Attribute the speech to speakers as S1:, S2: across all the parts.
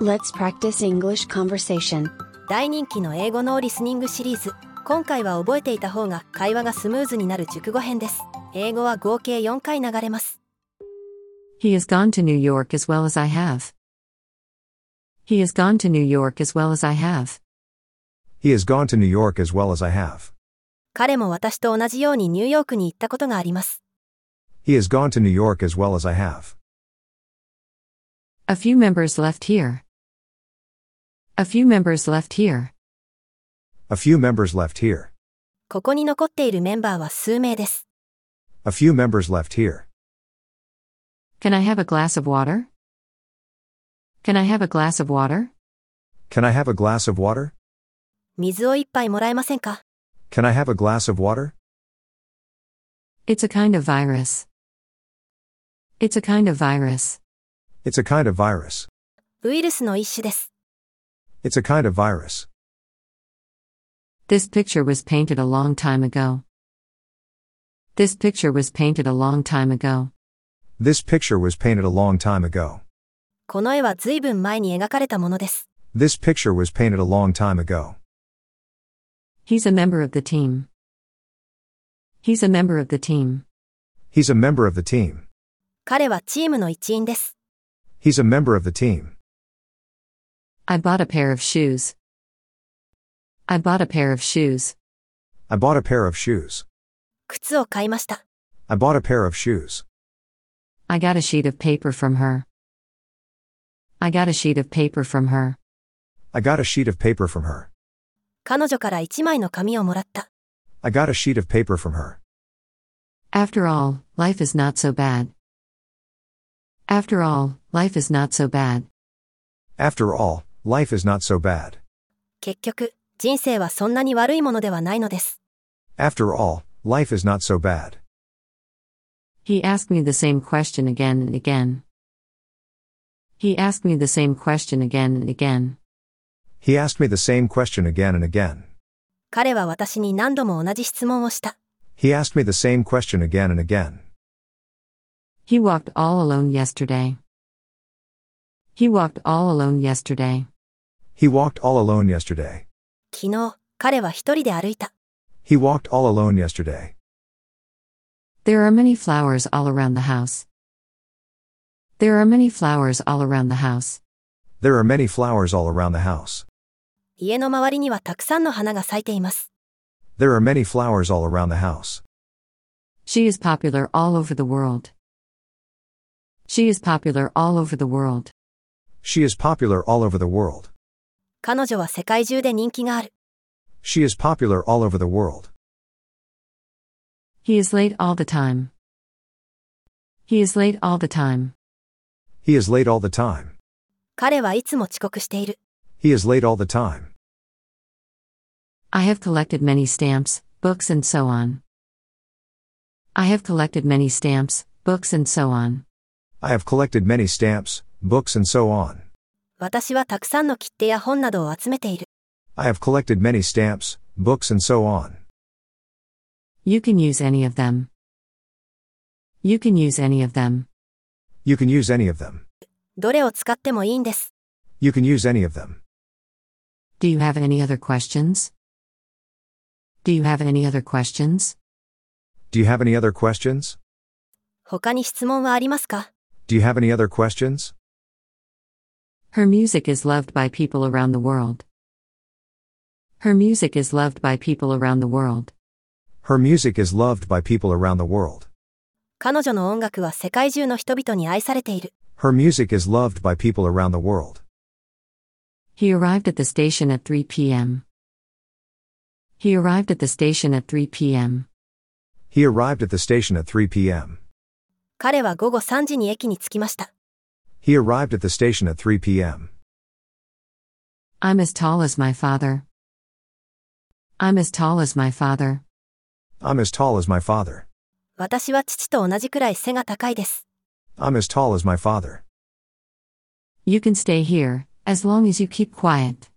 S1: Let's practice English conversation.
S2: 大人気の英語のリスニングシリーズ今回は覚えていた方が会話がスムーズになる熟語編です英語は合計4回流れます
S3: He has gone to New York as well as I have. He has gone to New York as well as I have.
S4: He has gone to New York as well as I have.
S2: 彼も私と同じようにニューヨークに行ったことがあります
S4: He has gone to New York as well as I have.
S3: A few members left here. A few members left here.
S4: A few members left here.
S2: ここに残っているメンバーは数名です
S4: A few members left here.
S3: Can I have a glass of water? Can I have a glass of water?
S4: Can I have a glass of water?
S2: 水を一杯もらえませんか
S4: Can I have a glass of water?
S3: It's a kind of virus. It's a kind of virus.
S4: It's a kind of virus.
S2: ウイルスの一種です
S4: It's a kind of virus.
S3: This picture was painted a long time ago. This picture was painted a long time ago.
S4: This picture was painted a long time ago.
S2: この絵は随分前に描かれたものです
S4: This picture was painted a long time ago.
S3: He's a member of the team. He's a member of the team.
S4: He's a member of the team.
S2: 彼はチームの一員です
S4: He's a member of the team.
S3: I bought a pair of shoes. I bought a pair of shoes.
S4: I bought a pair of shoes.
S2: 靴を買いました
S4: I bought a pair of shoes.
S3: I got a sheet of paper from her. I got a sheet of paper from her.
S4: I got a sheet of paper from her.
S2: 彼女から一枚の紙をもらった
S4: I got a sheet of paper from her.
S3: After all, life is not so bad. After all, life is not so bad.
S4: After all, life is not so bad.
S2: 結局人生はそんなに悪いものではないのです
S4: After all, life is not so bad.
S3: He asked me the same question again and again. He asked me the same question again and again.
S4: He asked me the same question again and again.
S2: 彼は私に何度も同じ質問をした。
S4: He asked me the same question again and again.
S3: He walked all alone yesterday. He walked all alone yesterday.
S4: He walked all alone yesterday.
S2: 昨日、彼は一人で歩いた。
S4: He walked all alone yesterday.
S3: There are many flowers all around the house. There are many flowers all around the house.
S4: There are many flowers all around the house.
S2: 家の周りにはたくさんの花が咲いています。
S4: There are many flowers all around the house.
S3: She is popular all over the world. She is popular all over the world.
S4: She is popular all over the world.
S2: 彼女は世界中で人気がある。
S4: She is popular all over the world.
S3: He is late all the time. He is late all the time.
S4: He is late all the time.
S2: 彼はいつも遅刻している。
S4: He is late all the time.
S3: I have collected many stamps, books, and so on. I have collected many stamps, books, and so on.
S4: I have collected many stamps, books, and so on.
S2: 私はたくさんの切手や本などを集めている。
S4: I have collected many stamps, books, and so on.
S3: You can use any of them. You can use any of them.
S4: You can use any of them.
S2: どれを使ってもいいんです。
S4: You can use any of them.
S3: Do you have any other questions? Do you have any other questions?
S4: Do you have any other questions?
S2: 他に質問はありますか
S4: Do you have any other questions?
S3: Her music is loved by people around the world. Her music is loved by people around the world.
S4: Her music is loved by people around the world.
S2: 彼女の音楽は世界中の人々に愛されている。
S4: Her music is loved by people around the world.
S3: He arrived at the station at 3 p.m. He arrived at the station at 3 p.m.
S4: He arrived at the station at 3 p.m.
S2: 彼は午後3時に駅に着きました。
S4: He arrived at the station at 3 p.m.
S3: I'm as tall as my father. I'm as tall as my father.
S4: I'm as tall as my father.
S2: 私は父と同じくらい背が高いです。
S4: I'm as tall as my father.
S3: You can stay here, as long as you keep quiet.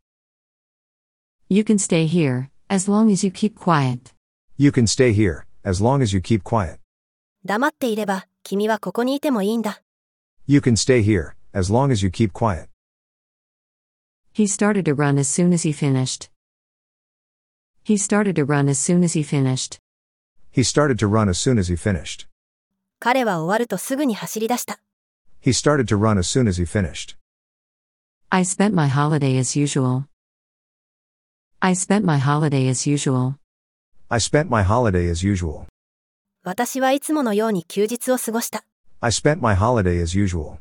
S3: You can stay here, as long as you keep quiet.
S4: You can stay here, as long as you keep quiet.
S2: 黙っていれば、君はここにいてもいいんだ。
S4: You can stay here, as long as you keep quiet.
S3: He started to run as soon as he finished. He started to run as soon as he finished.
S4: He started to run as soon as he finished.
S2: 彼は終わるとすぐに走り出した。
S4: He started to run as soon as he finished.
S3: I spent my holiday as usual. I spent my holiday as usual.
S4: I spent my holiday as usual.
S2: 私はいつものように休日を過ごした。
S4: I spent my holiday as usual.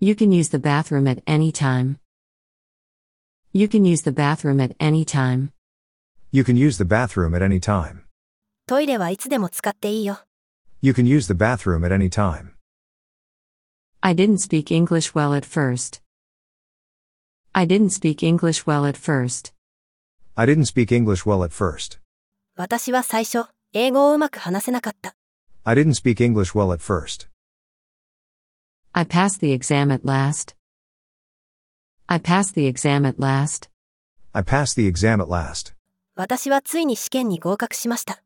S3: You can use the bathroom at any time. You can use the bathroom at any time.
S4: You can use the bathroom at any time.
S2: トイレはいつでも使っていいよ。
S4: You can use the bathroom at any time.
S3: I didn't speak English well at first. I didn't speak English well at first.
S4: I didn't speak English well at first.
S2: 私は最初、英語をうまく話せなかった。
S4: I didn't speak English well at first.
S3: I passed the exam at last. I passed the exam at last.
S4: I passed the exam at last.
S2: 私はついに試験に合格しました。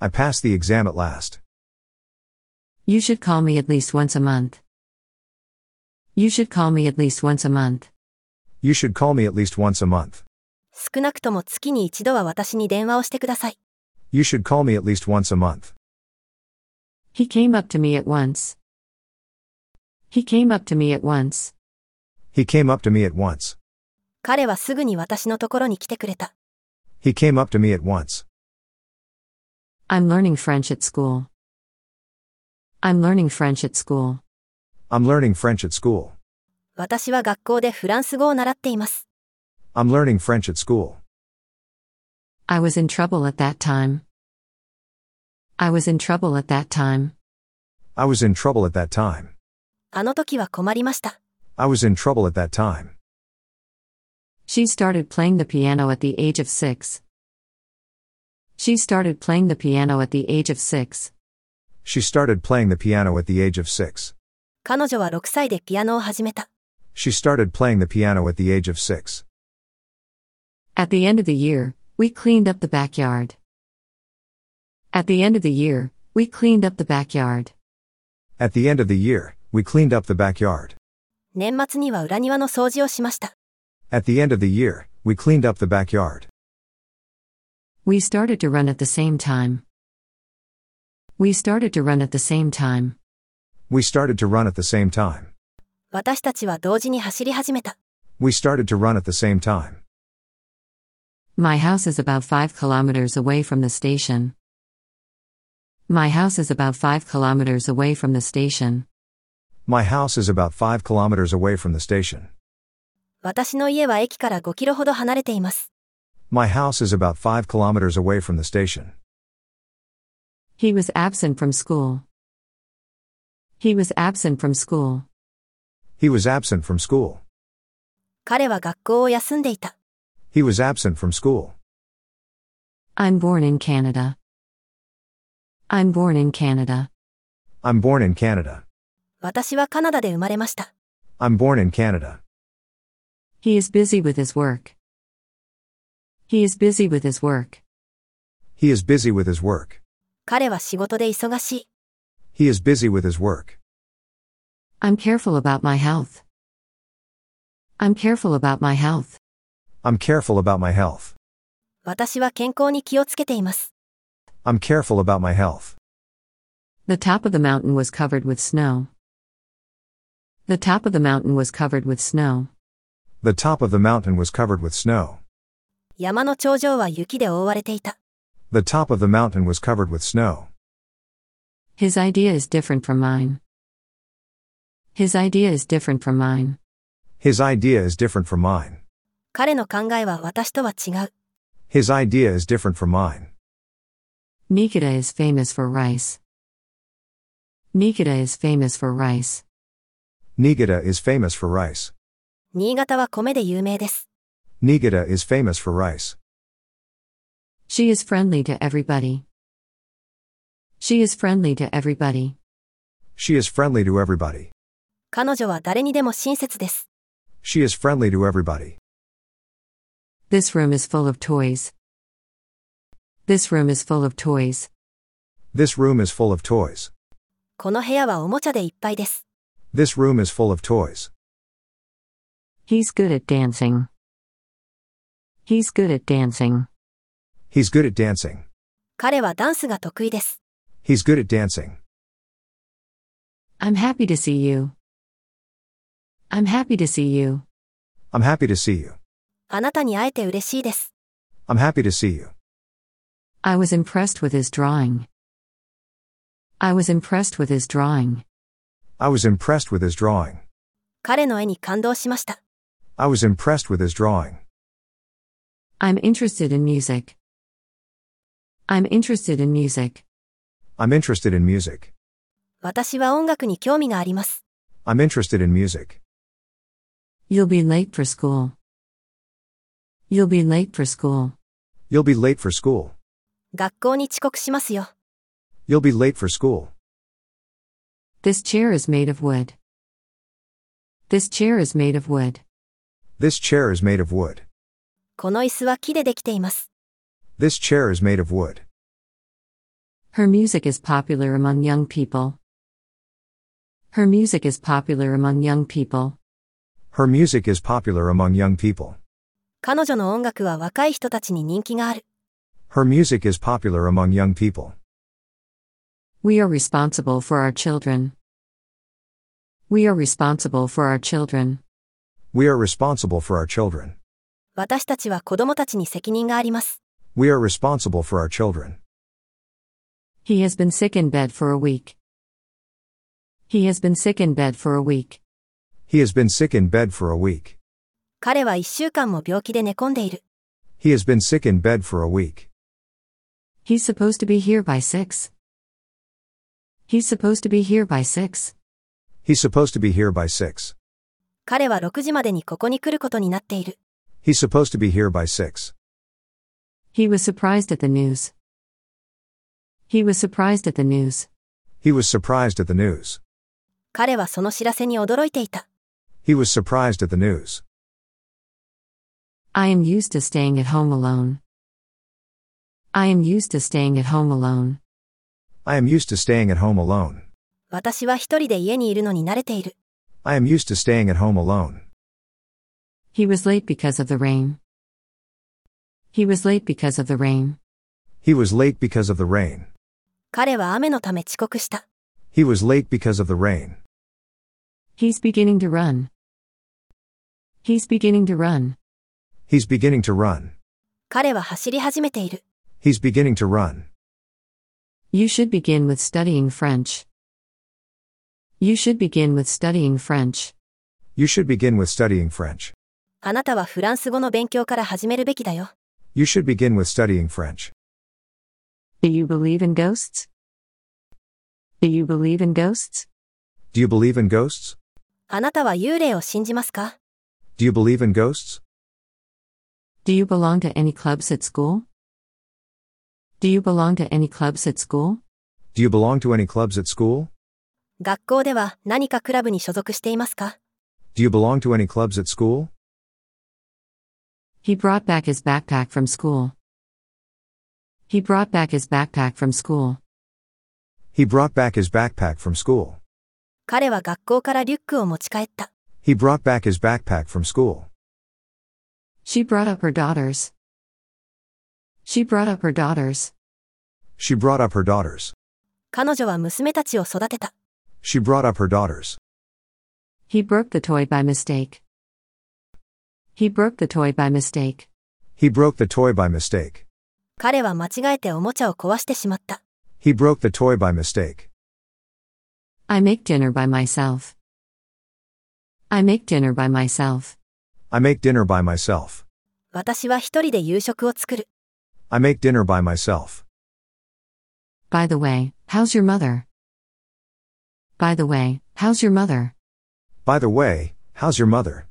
S4: I passed the exam at last.
S3: You should call me at least once a month. You should call me at least once a month.
S4: You should call me at least once a month.
S2: 少なくとも月に一度は私に電話をしてください。
S4: You should call me at least once a month.
S3: He came up to me at once. He came up to me at once.
S4: He came up to me at once.
S2: 彼はすぐに私のところに来てくれた。
S4: He came up to me at once.
S3: I'm learning French at school. I'm learning French at school.
S4: I'm learning French at school.
S2: 私は学校でフランス語を習っています。
S4: I'm learning French at school.
S3: I was in trouble at that time. I was in trouble at that time.
S4: I was in trouble at that time.
S2: あの時は困りました。
S4: I was in trouble at that time.
S3: She started playing the piano at the age of six. She started playing the piano at the age of six.
S4: She started playing the piano at the age of six.
S2: 彼女は6歳でピアノを始めた。
S4: She started playing the piano at the age of six.
S3: At the end of the year, we cleaned up the backyard. At the end of the year, we cleaned up the backyard.
S4: At the end of the year, we cleaned up the backyard.
S2: 年末には裏庭の掃除をしました。
S4: At the end of the year, we cleaned up the backyard.
S3: We started to run at the same time. We started to run at the same time.
S4: We started to run at the same time.
S2: 私たちは同時に走り始めた。
S4: We started to run at the same time.
S3: My house is about 5 kilometers away from the station. My house is about 5 kilometers away from the station.
S4: My house is about 5 kilometers away from the station.
S2: 私の家は駅から5キロほど離れています。
S4: My house is about 5 kilometers away from the station.
S3: He was absent from school. He was absent from school.
S4: He was absent from school.
S2: 彼は学校を休んでいた。
S4: He was absent from school.
S3: I'm born in Canada. I'm born in Canada.
S4: I'm born in Canada.
S2: 私はカナダで生まれました。
S4: I'm born in Canada.
S3: He is busy with his work. He is busy with his work.
S4: He is busy with his work.
S2: 彼は仕事で忙しい。
S4: He is busy with his work.
S3: I'm careful about my health. I'm careful about my health.
S4: I'm careful about my health.
S2: 私は健康に気をつけています。
S4: I'm careful about my health.
S3: The top of the mountain was covered with snow. The top of the mountain was covered with snow.
S4: The top of the mountain was covered with snow.
S2: 山の頂上は雪で覆われていた。
S4: The top of the mountain was covered with snow.
S3: His idea is different from mine. His idea is different from mine.
S4: His idea is different from mine.
S2: 彼の考えは私とは違う。
S4: His idea is different from mine.
S3: Nikita is famous for rice. Nikita is famous for rice.
S4: Niigata is famous for rice.
S2: 新潟は米で有名です。
S4: Niigata is famous for rice.
S3: She is friendly to everybody. She is friendly to everybody.
S4: She is friendly to everybody.
S2: 彼女は誰にでも親切です。
S4: She is friendly to everybody.
S3: This room is full of toys. This room is full of toys.
S4: This room is full of toys.
S2: この部屋はおもちゃでいっぱいです。
S4: This room is full of toys.
S3: He's good at dancing. He's good at dancing.
S4: He's good at dancing.
S2: 彼はダンスが得意です。
S4: He's good at dancing.
S3: I'm happy to see you. I'm happy to see you.
S4: I'm happy to see you.
S2: あなたに会えて嬉しいです。
S4: I'm happy to see you.
S3: I was impressed with his drawing. I was impressed with his drawing.
S4: I was impressed with his drawing.
S2: 彼の絵に感動しました。
S4: I was impressed with his drawing.
S3: I'm interested in music. I'm interested in music.
S4: I'm interested in music.
S2: 私は音楽に興味があります。
S4: I'm interested in music.
S3: You'll be late for school. You'll be late for school.
S4: You'll be late for school.
S2: 学校に遅刻しますよ。
S4: You'll be late for school.
S3: This chair is made of wood. This chair is made of wood.
S4: This chair is made of wood.
S2: この椅子は木でできています。
S4: This chair is made of wood.
S3: Her music is popular among young people. Her music is popular among young people.
S4: Her music is popular among young people.
S2: 彼女の音楽は若い人たちに人気がある。
S4: Her music is popular among young people.
S3: We are responsible for our children. We are responsible for our children.
S4: We are responsible for our children.
S2: 私たちは子供たちに責任があります。
S4: We are responsible for our children.
S3: He has been sick in bed for a week. He has been sick in bed for a week.
S4: He has been sick in bed for a week.
S2: 彼は一週間も病気で寝込んでいる。
S4: He has been sick in bed for a week.
S3: He's supposed to be here by six. He's supposed to be here by six.
S4: He's supposed to be here by 6.
S2: 彼は6時までにここに来ることになっている。
S4: He's supposed to be here by 6.
S3: He was surprised at the news. He was surprised at the news.
S4: He was surprised at the news.
S2: 彼はその知らせに驚いていた。
S4: He was surprised at the news.
S3: I am used to staying at home alone. I am used to staying at home alone.
S4: I am used to staying at home alone.
S2: 私は一人で家にいるのに慣れている。
S4: I am used to staying at home alone.
S3: He was late because of the rain. He was late because of the rain.
S4: He was late because of the rain.
S2: 彼は雨のため遅刻した。
S4: He was late because of the rain.
S3: He's beginning to run. He's beginning to run.
S4: He's beginning to run.
S2: 彼は走り始めている。
S4: He's beginning to run.
S3: You should begin with studying French. You should begin with studying French.
S4: You should begin with studying French.
S2: あなたはフランス語の勉強から始めるべきだよ。
S4: You should begin with studying French.
S3: Do you believe in ghosts? Do you believe in ghosts?
S4: Do you believe in ghosts?
S2: あなたは幽霊を信じますか
S4: Do you believe in ghosts?
S3: Do you belong to any clubs at school? Do you belong to any clubs at school?
S4: Do you belong to any clubs at school?
S2: 学校では何かクラブに所属していますか
S4: Do you belong to any clubs at school?
S3: He brought back his backpack from school. He brought back his backpack from school.
S4: He brought back his backpack from school.
S2: 彼は学校からリュックを持ち帰った。
S4: He brought back his backpack from school.
S3: She brought up her daughters. She brought up her daughters.
S4: She brought up her daughters.
S2: 彼女は娘たちを育てた。
S4: She brought up her daughters.
S3: He broke the toy by mistake. He broke the toy by mistake.
S4: He broke the toy by mistake.
S2: 彼は間違えておもちゃを壊してしまった。
S4: He broke the toy by mistake.
S3: I make dinner by myself. I make dinner by myself.
S4: I make dinner by myself.
S2: 私は一人で夕食を作る。
S4: I make dinner by myself.
S3: By the way, how's your mother? By the way, how's your mother?
S4: By the way, how's your mother?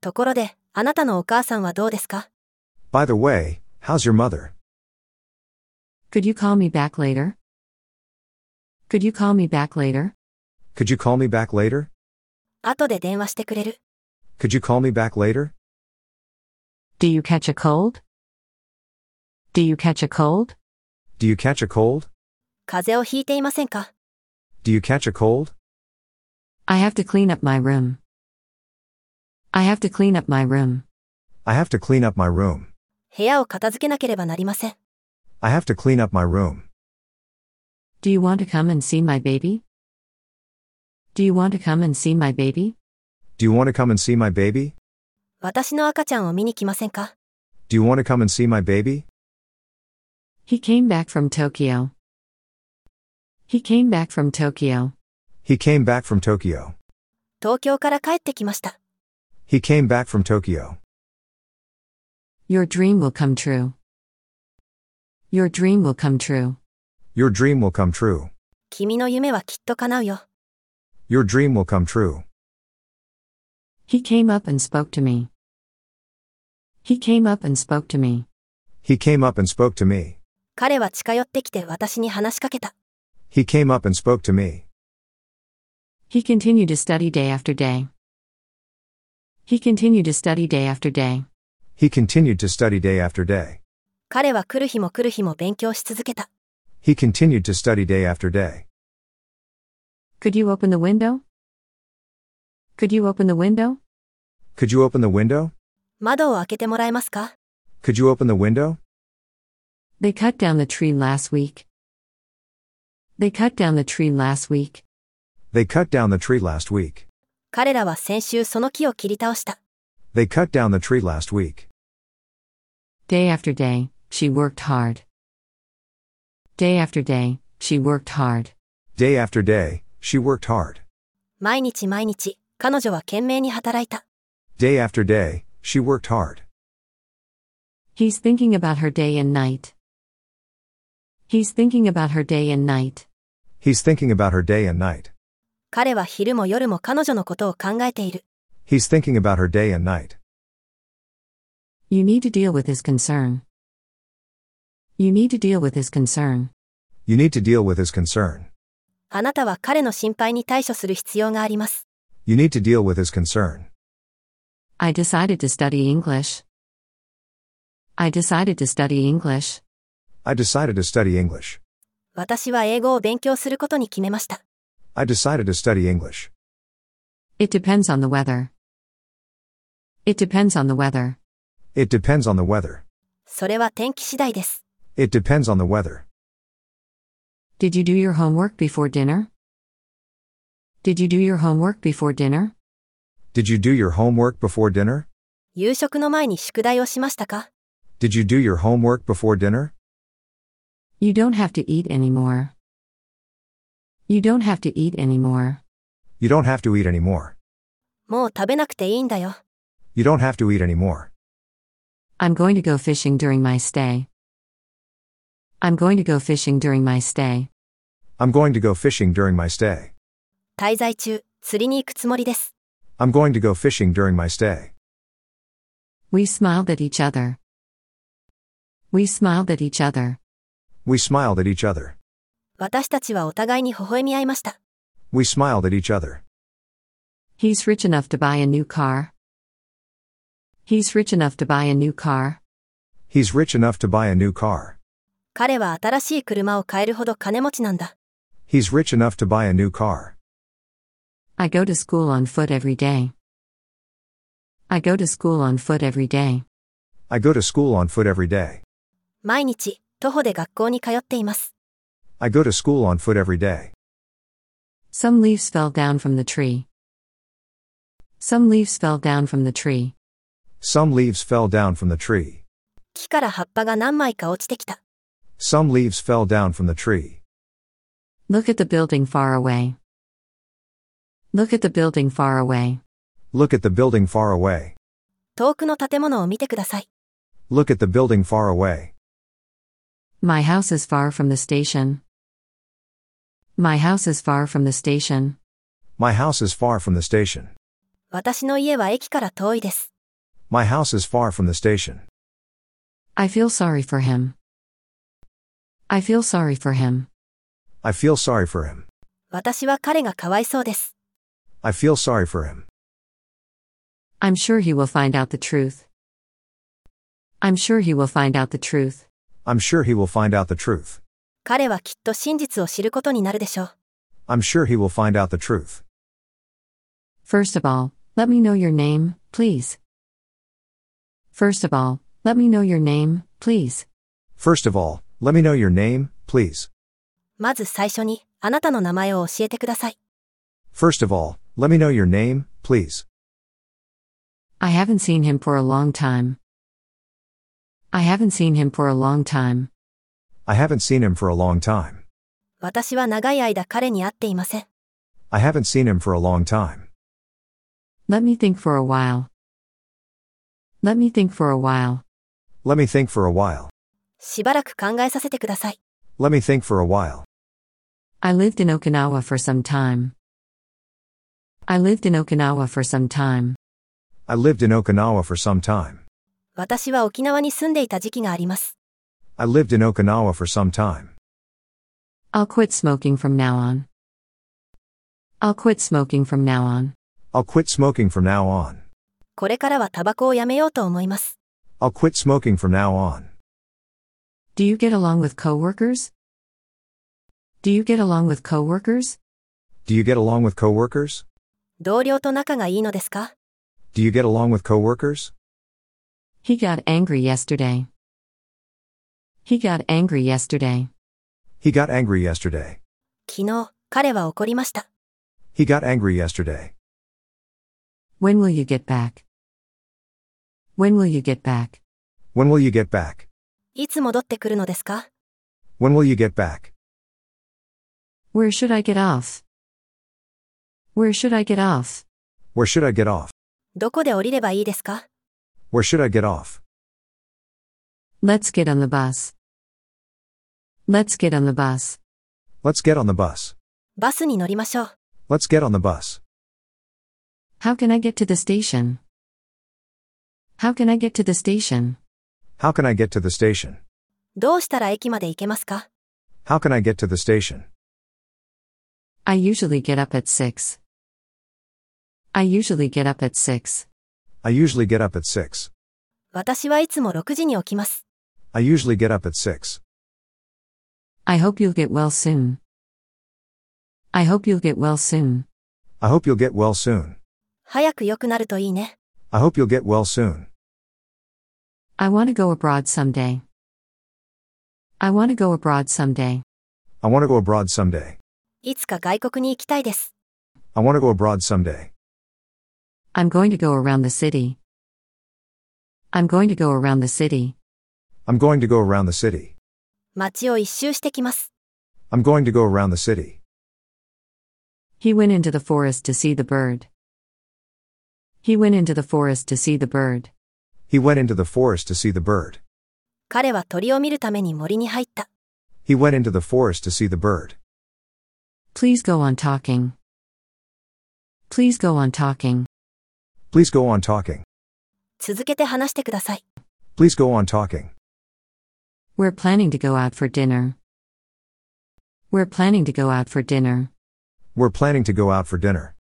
S2: ところで、あなたのお母さんはどうですか
S4: By the way, how's your mother?
S3: Could you call me back later? Could you call me back later?
S4: Could you call me back later?
S2: 後で電話してくれる。
S4: Could you call me back later?
S3: Do you catch a cold? Do you catch a cold?
S4: Do you catch a cold?
S2: 風邪をひいていませんか
S4: Do you catch a cold?
S3: I have to clean up my room. I have to clean up my room.
S4: I have to clean up my room.
S2: 部屋を片付けなければなりません。
S4: I have to clean up my room.
S3: Do you want to come and see my baby? Do you want to come and see my baby?
S4: Do you want to come and see my baby?
S2: 私の赤ちゃんを見に来ませんか
S4: Do you want to come and see my baby?
S3: He came back from Tokyo. He came back from Tokyo.
S4: He came back from Tokyo.
S2: 東京から帰ってきました。
S4: He came back from Tokyo.
S3: Your dream will come true. Your dream will come true.
S4: Your dream will come true.
S2: 君の夢はきっと叶うよ。
S4: Your dream will come true.
S3: He came up and spoke to me. He came up and spoke to me.
S4: He came up and spoke to me.
S2: 彼は近寄ってきて私に話しかけた。
S4: He came up and spoke to me.
S3: He continued to study day after day. He continued to study day after day.
S4: He continued to study day after day.
S2: 彼は来る日も来る日も勉強し続けた。
S4: He continued to study day after day.
S3: Could you open the window? Could you open the window?
S4: Could you open the window?
S2: 窓を開けてもらえますか
S4: Could you open the window?
S3: They cut down the tree last week. They cut down the tree last week.
S4: They cut down the tree last week.
S2: 彼らは先週その木を切り倒した。
S4: They cut down the tree last week.
S3: Day after day, she worked hard. Day after day, she worked hard.
S4: Day after day, she worked hard.
S2: 毎日毎日、彼女は懸命に働いた。
S4: Day after day, she worked hard.
S3: He's thinking about her day and night. He's thinking about her day and night.
S4: He's thinking about her day and night.
S2: 彼は昼も夜も彼女のことを考えている。
S4: He's thinking about her day and night.
S3: You need to deal with his concern. You need to deal with his concern.
S4: You need to deal with his concern.
S2: あなたは彼の心配に対処する必要があります。
S4: You need to deal with his concern.
S3: I decided to study English. I decided to study English.
S4: I decided to study English.
S2: 私は英語を勉強することに決めました。
S4: I decided to study English.
S3: It depends on the weather. It depends on the weather.
S4: It depends on the weather.
S2: それは天気次第です。
S4: It depends on the weather.
S3: Did you do your homework before dinner? Did you do your homework before dinner?
S4: Did you do your homework before dinner?
S2: 夕食の前に宿題をしましたか
S4: Did you do your homework before dinner?
S3: You don't have to eat anymore. You don't have to eat anymore.
S4: You don't have to eat anymore.
S2: もう食べなくていいんだよ。
S4: You don't have to eat anymore.
S3: I'm going to go fishing during my stay. I'm going to go fishing during my stay.
S4: I'm going to go fishing during my stay.
S2: 滞在中、釣りに行くつもりです。
S4: I'm going to go fishing during my stay.
S3: We smiled at each other. We smiled at each other.
S4: We smiled at each other.
S2: 私たちはお互いに微笑み合いました。
S4: We smiled at each other.
S3: He's rich enough to buy a new car. He's rich enough to buy a new car.
S4: He's rich enough to buy a new car.
S2: 彼は新しい車を買えるほど金持ちなんだ。
S4: He's rich enough to buy a new car.
S3: I go to school on foot every day. I go to school on foot every day.
S4: I go to school on foot every day.
S2: 毎日、徒歩で学校に通っています。
S4: I go to school on foot every day.
S3: Some leaves fell down from the tree. Some leaves fell down from the tree.
S4: Some leaves fell down from the tree.
S2: 木から葉っぱが何枚か落ちてきた。
S4: Some leaves fell down from the tree.
S3: Look at the building far away. Look at the building far away.
S4: Look at the building far away.
S2: 遠くの建物を見てください。
S4: Look at the building far away.
S3: My house is far from the station. My house is far from the station.
S4: My house is far from the station.
S2: 私の家は駅から遠いです。
S4: My house is far from the station.
S3: I feel sorry for him. I feel sorry for him.
S4: I feel sorry for him.
S2: 私は彼がかわいそうです。
S4: I feel sorry for him.
S3: I'm sure he will find out the truth. I'm sure he will find out the truth.
S4: I'm sure he will find out the truth.
S2: 彼はきっと真実を知ることになるでしょう。
S4: I'm sure he will find out the truth.
S3: First of all, Let me know your name, please. First of all, let me know your name, please.
S4: First of all, let me know your name, please.
S2: まず最初に、あなたの名前を教えてください。
S4: First of all, let me know your name, please.
S3: I haven't seen him for a long time. I haven't seen him for a long time.
S4: I haven't seen him for a long time.
S2: 私は長い間彼に会っていません。
S4: I haven't seen him for a long time.
S3: Let me think for a while. Let me think for a while.
S4: Let me think for a while.
S2: しばらく考えさせてください。
S4: Let me think for a while.
S3: I lived in Okinawa for some time. I lived in Okinawa for some time.
S4: I lived in Okinawa for some time.
S2: 私は沖縄に住んでいた時期があります。
S4: I lived in Okinawa for some time.
S3: I'll quit smoking from now on. I'll quit smoking from now on.
S4: I'll quit smoking from now on.
S2: これからはタバコをやめようと思います。
S4: I'll quit smoking from now on.
S3: Do you get along with coworkers? Do you get along with coworkers?
S4: Do you get along with coworkers?
S2: 同僚と仲がいいのですか
S4: Do you get along with coworkers?
S3: He got angry yesterday. He got angry yesterday.
S4: He got angry yesterday.
S2: 昨日、彼は怒りました。
S4: He got angry yesterday.
S3: When will you get back? When will you get back?
S4: When will you get back?
S2: いつ戻ってくるのですか
S4: When will you get back?
S3: Where should I get off? Where should I get off?
S4: Where should I get off?
S2: どこで降りればいいですか
S4: Where should I get off?
S3: Let's get on the bus. Let's get on the bus.
S4: Let's get on the bus.
S2: バスに乗りましょう。
S4: Let's get on the bus.
S3: How can I get to the station? How can I get to the station?
S4: How can I get to the station?
S2: どうしたら駅まで行けますか
S4: How can I get to the station?
S3: I usually get up at 6. I usually get up at 6.
S4: I usually get up at 6.
S2: 私はいつも6時に起きます。
S4: I usually get up at 6.
S3: I hope you'll get well soon. I hope you'll get well soon.
S4: I hope you'll get well soon.
S2: 早く良くなるといいね。
S4: I hope you'll get well soon.
S3: I want to go abroad someday. I want to go abroad someday.
S4: I want to go abroad someday.
S2: いつか外国に行きたいです。
S4: I want to go abroad someday.
S3: I'm going to go around the city. I'm going to go around the city.
S4: I'm going to go around the city.
S2: 街を一周してきます。
S4: I'm going to go around the city.
S3: He went into the forest to see the bird. He went into the forest to see the bird.
S4: He went into the forest to see the bird.
S2: 彼は鳥を見るために森に入った。
S4: He went into the forest to see the bird.
S3: Please go on talking. Please go on talking.
S4: Please go on talking.
S2: 続けて話してください。
S4: Please go on talking.
S3: We're planning to go out for dinner. We're planning to go out for dinner.
S4: We're planning to go out for dinner.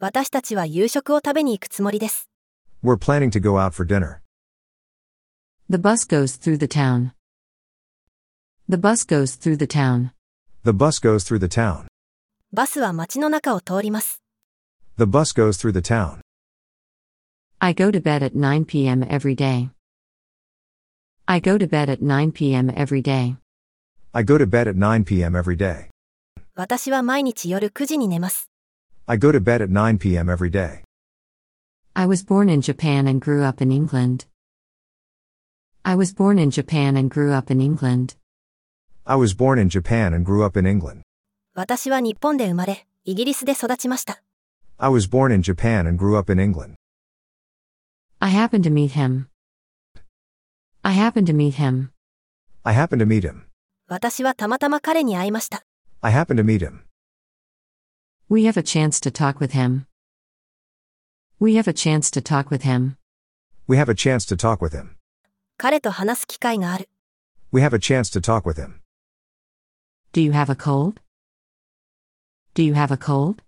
S2: 私たちは夕食を食べに行くつもりです。
S4: We're planning to go out for dinner.
S3: The bus goes through the town. The bus goes through the town.
S4: The bus goes through the town.
S2: バスは街の中を通ります。
S4: The bus goes through the town.
S3: I go to bed at 9 p.m. every day. I go to bed at 9 p.m. every day.
S4: I go to bed at 9 p.m. every day.
S2: 私は毎日夜9時に寝ます。
S4: I go to bed at 9 p.m. every day.
S3: I was born in Japan and grew up in England. I was born in Japan and grew up in England.
S4: I was born in Japan and grew up in England.
S2: 私は日本で生まれ、イギリスで育ちました。
S4: I was born in Japan and grew up in England.
S3: I happened to meet him. I happened to meet him.
S4: I happened to meet him.
S2: 私はたまたま彼に会いました。
S4: I happened to meet him.
S3: We have a chance to talk with him. We have a chance to talk with him.
S4: We have a chance to talk with him.
S2: 彼と話す機会がある。
S4: We have a chance to talk with him.
S3: Do you have a cold? Do you have a cold?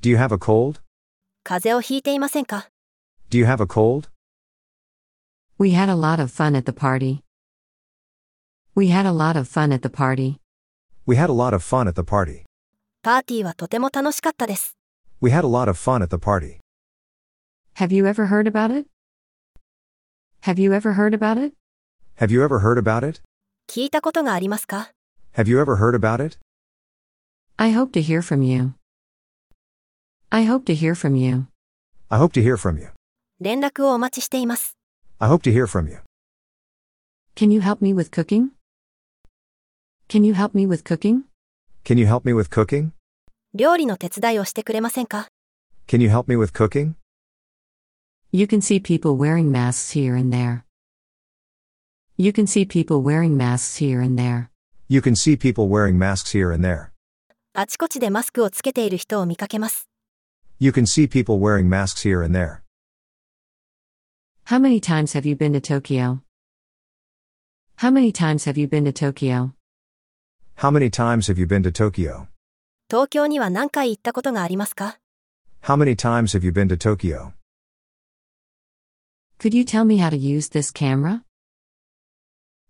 S4: Do you have a cold?
S2: 風邪をひいていませんか
S4: Do you have a cold?
S3: We had a lot of fun at the party. We had a lot of fun at the party.
S4: We had a lot of fun at the party.
S2: パーティーはとても楽しかったです。
S4: We had a lot of fun at the party.
S3: Have you ever heard about it? Have you ever heard about it?
S4: Have you ever heard about it?
S2: 聞いたことがありますか
S4: Have you ever heard about it?
S3: I hope to hear from you. I hope to hear from you.
S4: I hope to hear from you.
S2: 連絡をお待ちしています。
S4: I hope to hear from you.
S3: Can you help me with cooking? Can you help me with cooking?
S4: Can you help me with cooking?
S2: 料理の手伝いをしてくれませんか
S4: Can you help me with cooking?
S3: You can see people wearing masks here and there. You can see people wearing masks here and there.
S4: You can see people wearing masks here and there.
S2: あちこちでマスクをつけている人を見かけます。
S4: You can see people wearing masks here and there.
S3: How many times have you been to Tokyo? How many times have you been to Tokyo?
S4: How many times have you been to Tokyo?
S2: 東京には何回行ったことがありますか
S4: How many times have you been to Tokyo?
S3: Could you tell me how to use this camera?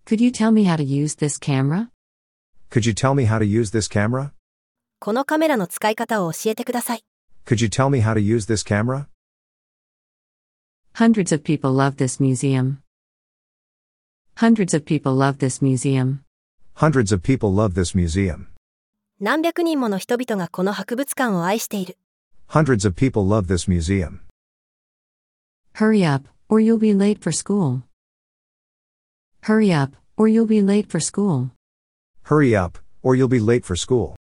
S3: Could you tell me how to use this camera?
S4: Could you tell me how to use this camera?
S2: このカメラの使い方を教えてください。
S4: Could you tell me how to use this camera?
S3: Hundreds of people love this museum. Hundreds of people love this museum.
S4: Hundreds of people love this museum.
S2: 何百人もの人々がこの博物館を愛している。
S4: Hundreds of people love this museum.
S3: Hurry up, or you'll be late for school. Hurry up, or you'll be late for school.
S4: Hurry up, or you'll be late for school.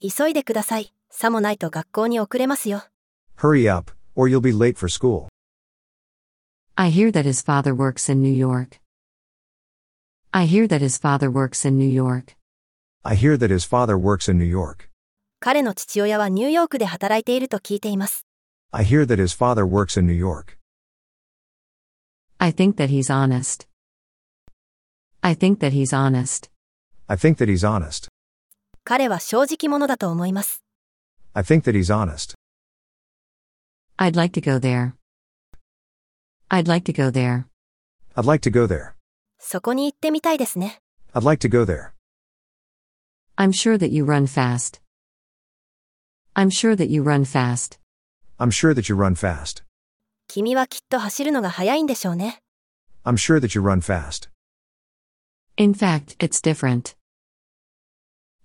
S2: 急いでください。さもないと学校に遅れますよ。
S4: Hurry up, or you'll be late for school.
S3: I hear that his father works in New York. I hear that his father works in New York.
S4: I hear that his father works in New York.
S2: 彼の父親はニューヨークで働いていると聞いています。
S4: I hear that his father works in New York.
S3: I think that he's honest. I think that he's honest.
S4: I think that he's honest.
S2: 彼は正直者だと思います。
S4: I think that he's honest.
S3: I'd like to go there. I'd like to go there.
S4: I'd like to go there.
S2: そこに行ってみたいですね。
S4: I'd like to go there.
S3: I'm sure that you run fast. I'm sure that you run fast.
S4: I'm sure that you run fast.
S2: 君はきっと走るのが早いんでしょうね。
S4: I'm sure that you run fast.
S3: In fact, it's different.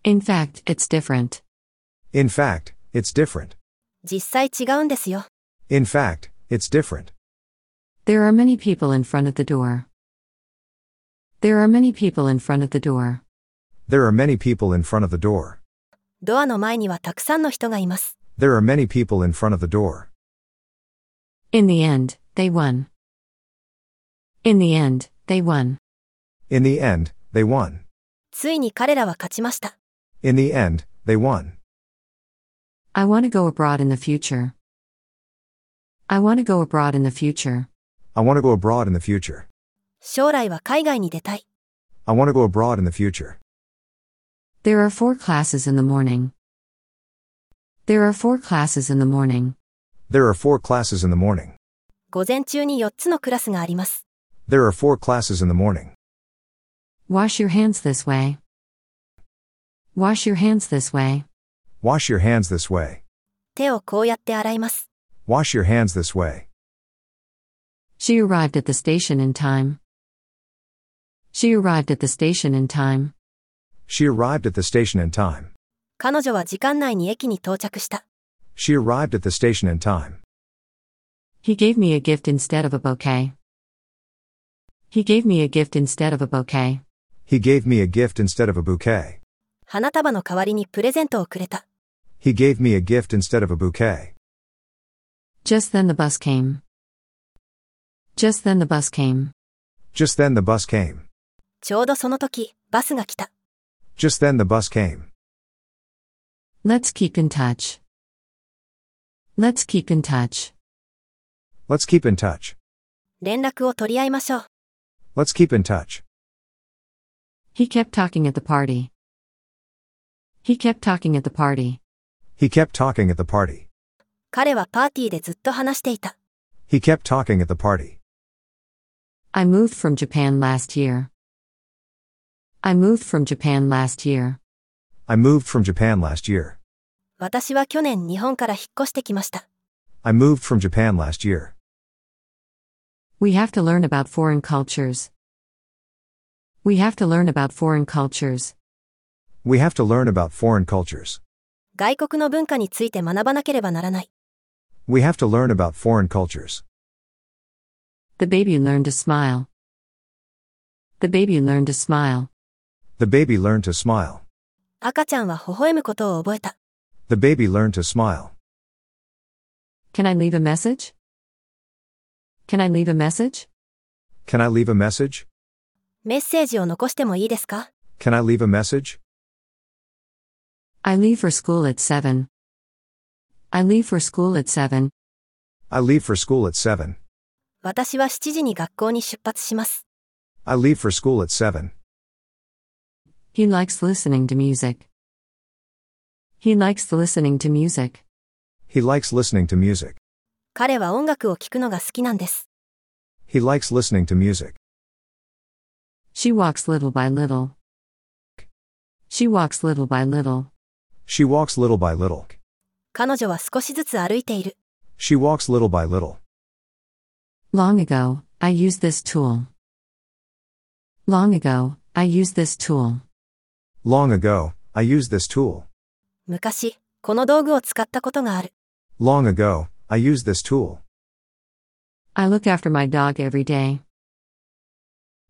S3: In fact, it's different.
S4: In fact, it's different.
S2: 実際違うんですよ。
S4: In fact, it's different.
S3: There are many people in front of the door. There are many people in front of the door.
S4: There are many people in front of the door.
S2: ドアの前にはたくさんの人がいます。
S4: There are many people in front of the door.
S3: In the end, they won. In the end, they won.
S4: In the end, they won.
S2: ついに彼らは勝ちました。
S4: In the end, they won.
S3: I want to go abroad in the future. I want to go abroad in the future.
S4: I want to go abroad in the future.
S2: 将来は海外に出たい。
S4: I want to go abroad in the future.
S3: There are four classes in the morning. There are four classes in the morning.
S4: There are four classes in the morning.
S2: 午前中に4つのクラスがあります。
S4: There are four classes in the morning.
S3: Wash your hands this way. Wash your hands this way.
S4: Wash your hands this way.
S2: 手をこうやって洗います。
S4: Wash your hands this way.
S3: She arrived at the station in time. She arrived at the station in time.
S4: She arrived at the station in time.
S2: 彼女は時間内に駅に到着した。
S4: She arrived at the station in time.
S3: He gave me a gift instead of a bouquet. He gave me a gift instead of a bouquet.
S4: He gave me a gift instead of a bouquet.
S2: 花束の代わりにプレゼントをくれた。
S4: He gave me a gift instead of a bouquet.
S3: Just then the bus came. Just then the bus came.
S4: Just then the bus came.
S2: ちょうどその時、バスが来た。
S4: Just then the bus came.
S3: Let's keep in touch. Let's keep in touch.
S4: Let's keep in touch.
S2: 連絡を取り合いましょう。
S4: Let's keep in touch.
S3: He kept talking at the party. He kept talking at the party.
S4: He kept talking at the party.
S2: 彼はパーティーでずっと話していた。
S4: He kept talking at the party.
S3: I moved from Japan last year. I moved from Japan last year.
S4: I moved from Japan last year.
S2: 私は去年日本から引っ越してきました。
S4: I moved from Japan last year.
S3: We have to learn about foreign cultures. We have to learn about foreign cultures.
S4: We have to learn about foreign cultures.
S2: 外国の文化について学ばなければならない。
S4: We have to learn about foreign cultures.
S3: The baby learned to smile. The baby learned to smile.
S4: The baby learned to smile.
S2: 赤ちゃんは微笑むことを覚えた。
S4: The baby learned to smile.
S3: Can I leave a message? Can I leave a message?
S4: Can I leave a message?
S2: メッセージを残してもいいですか
S4: Can I leave a message?
S3: I leave for school at 7. I leave for school at 7.
S4: I leave for school at 7.
S2: 私は7時に学校に出発します。
S4: I leave for school at 7.
S3: He likes listening to music. He likes listening to music.
S4: He likes listening to music.
S2: 彼は音楽を聴くのが好きなんです。
S4: He likes listening to music.
S3: She walks little by little. She walks little by little.
S4: She walks little by little.
S2: 彼女は少しずつ歩いている。
S4: She walks little by little.
S3: Long ago, I used this tool. Long ago, I used this tool.
S4: Long ago, I used this tool.
S2: 昔、この道具を使ったことがある。
S4: Long ago, I used this tool.
S3: I look after my dog every day.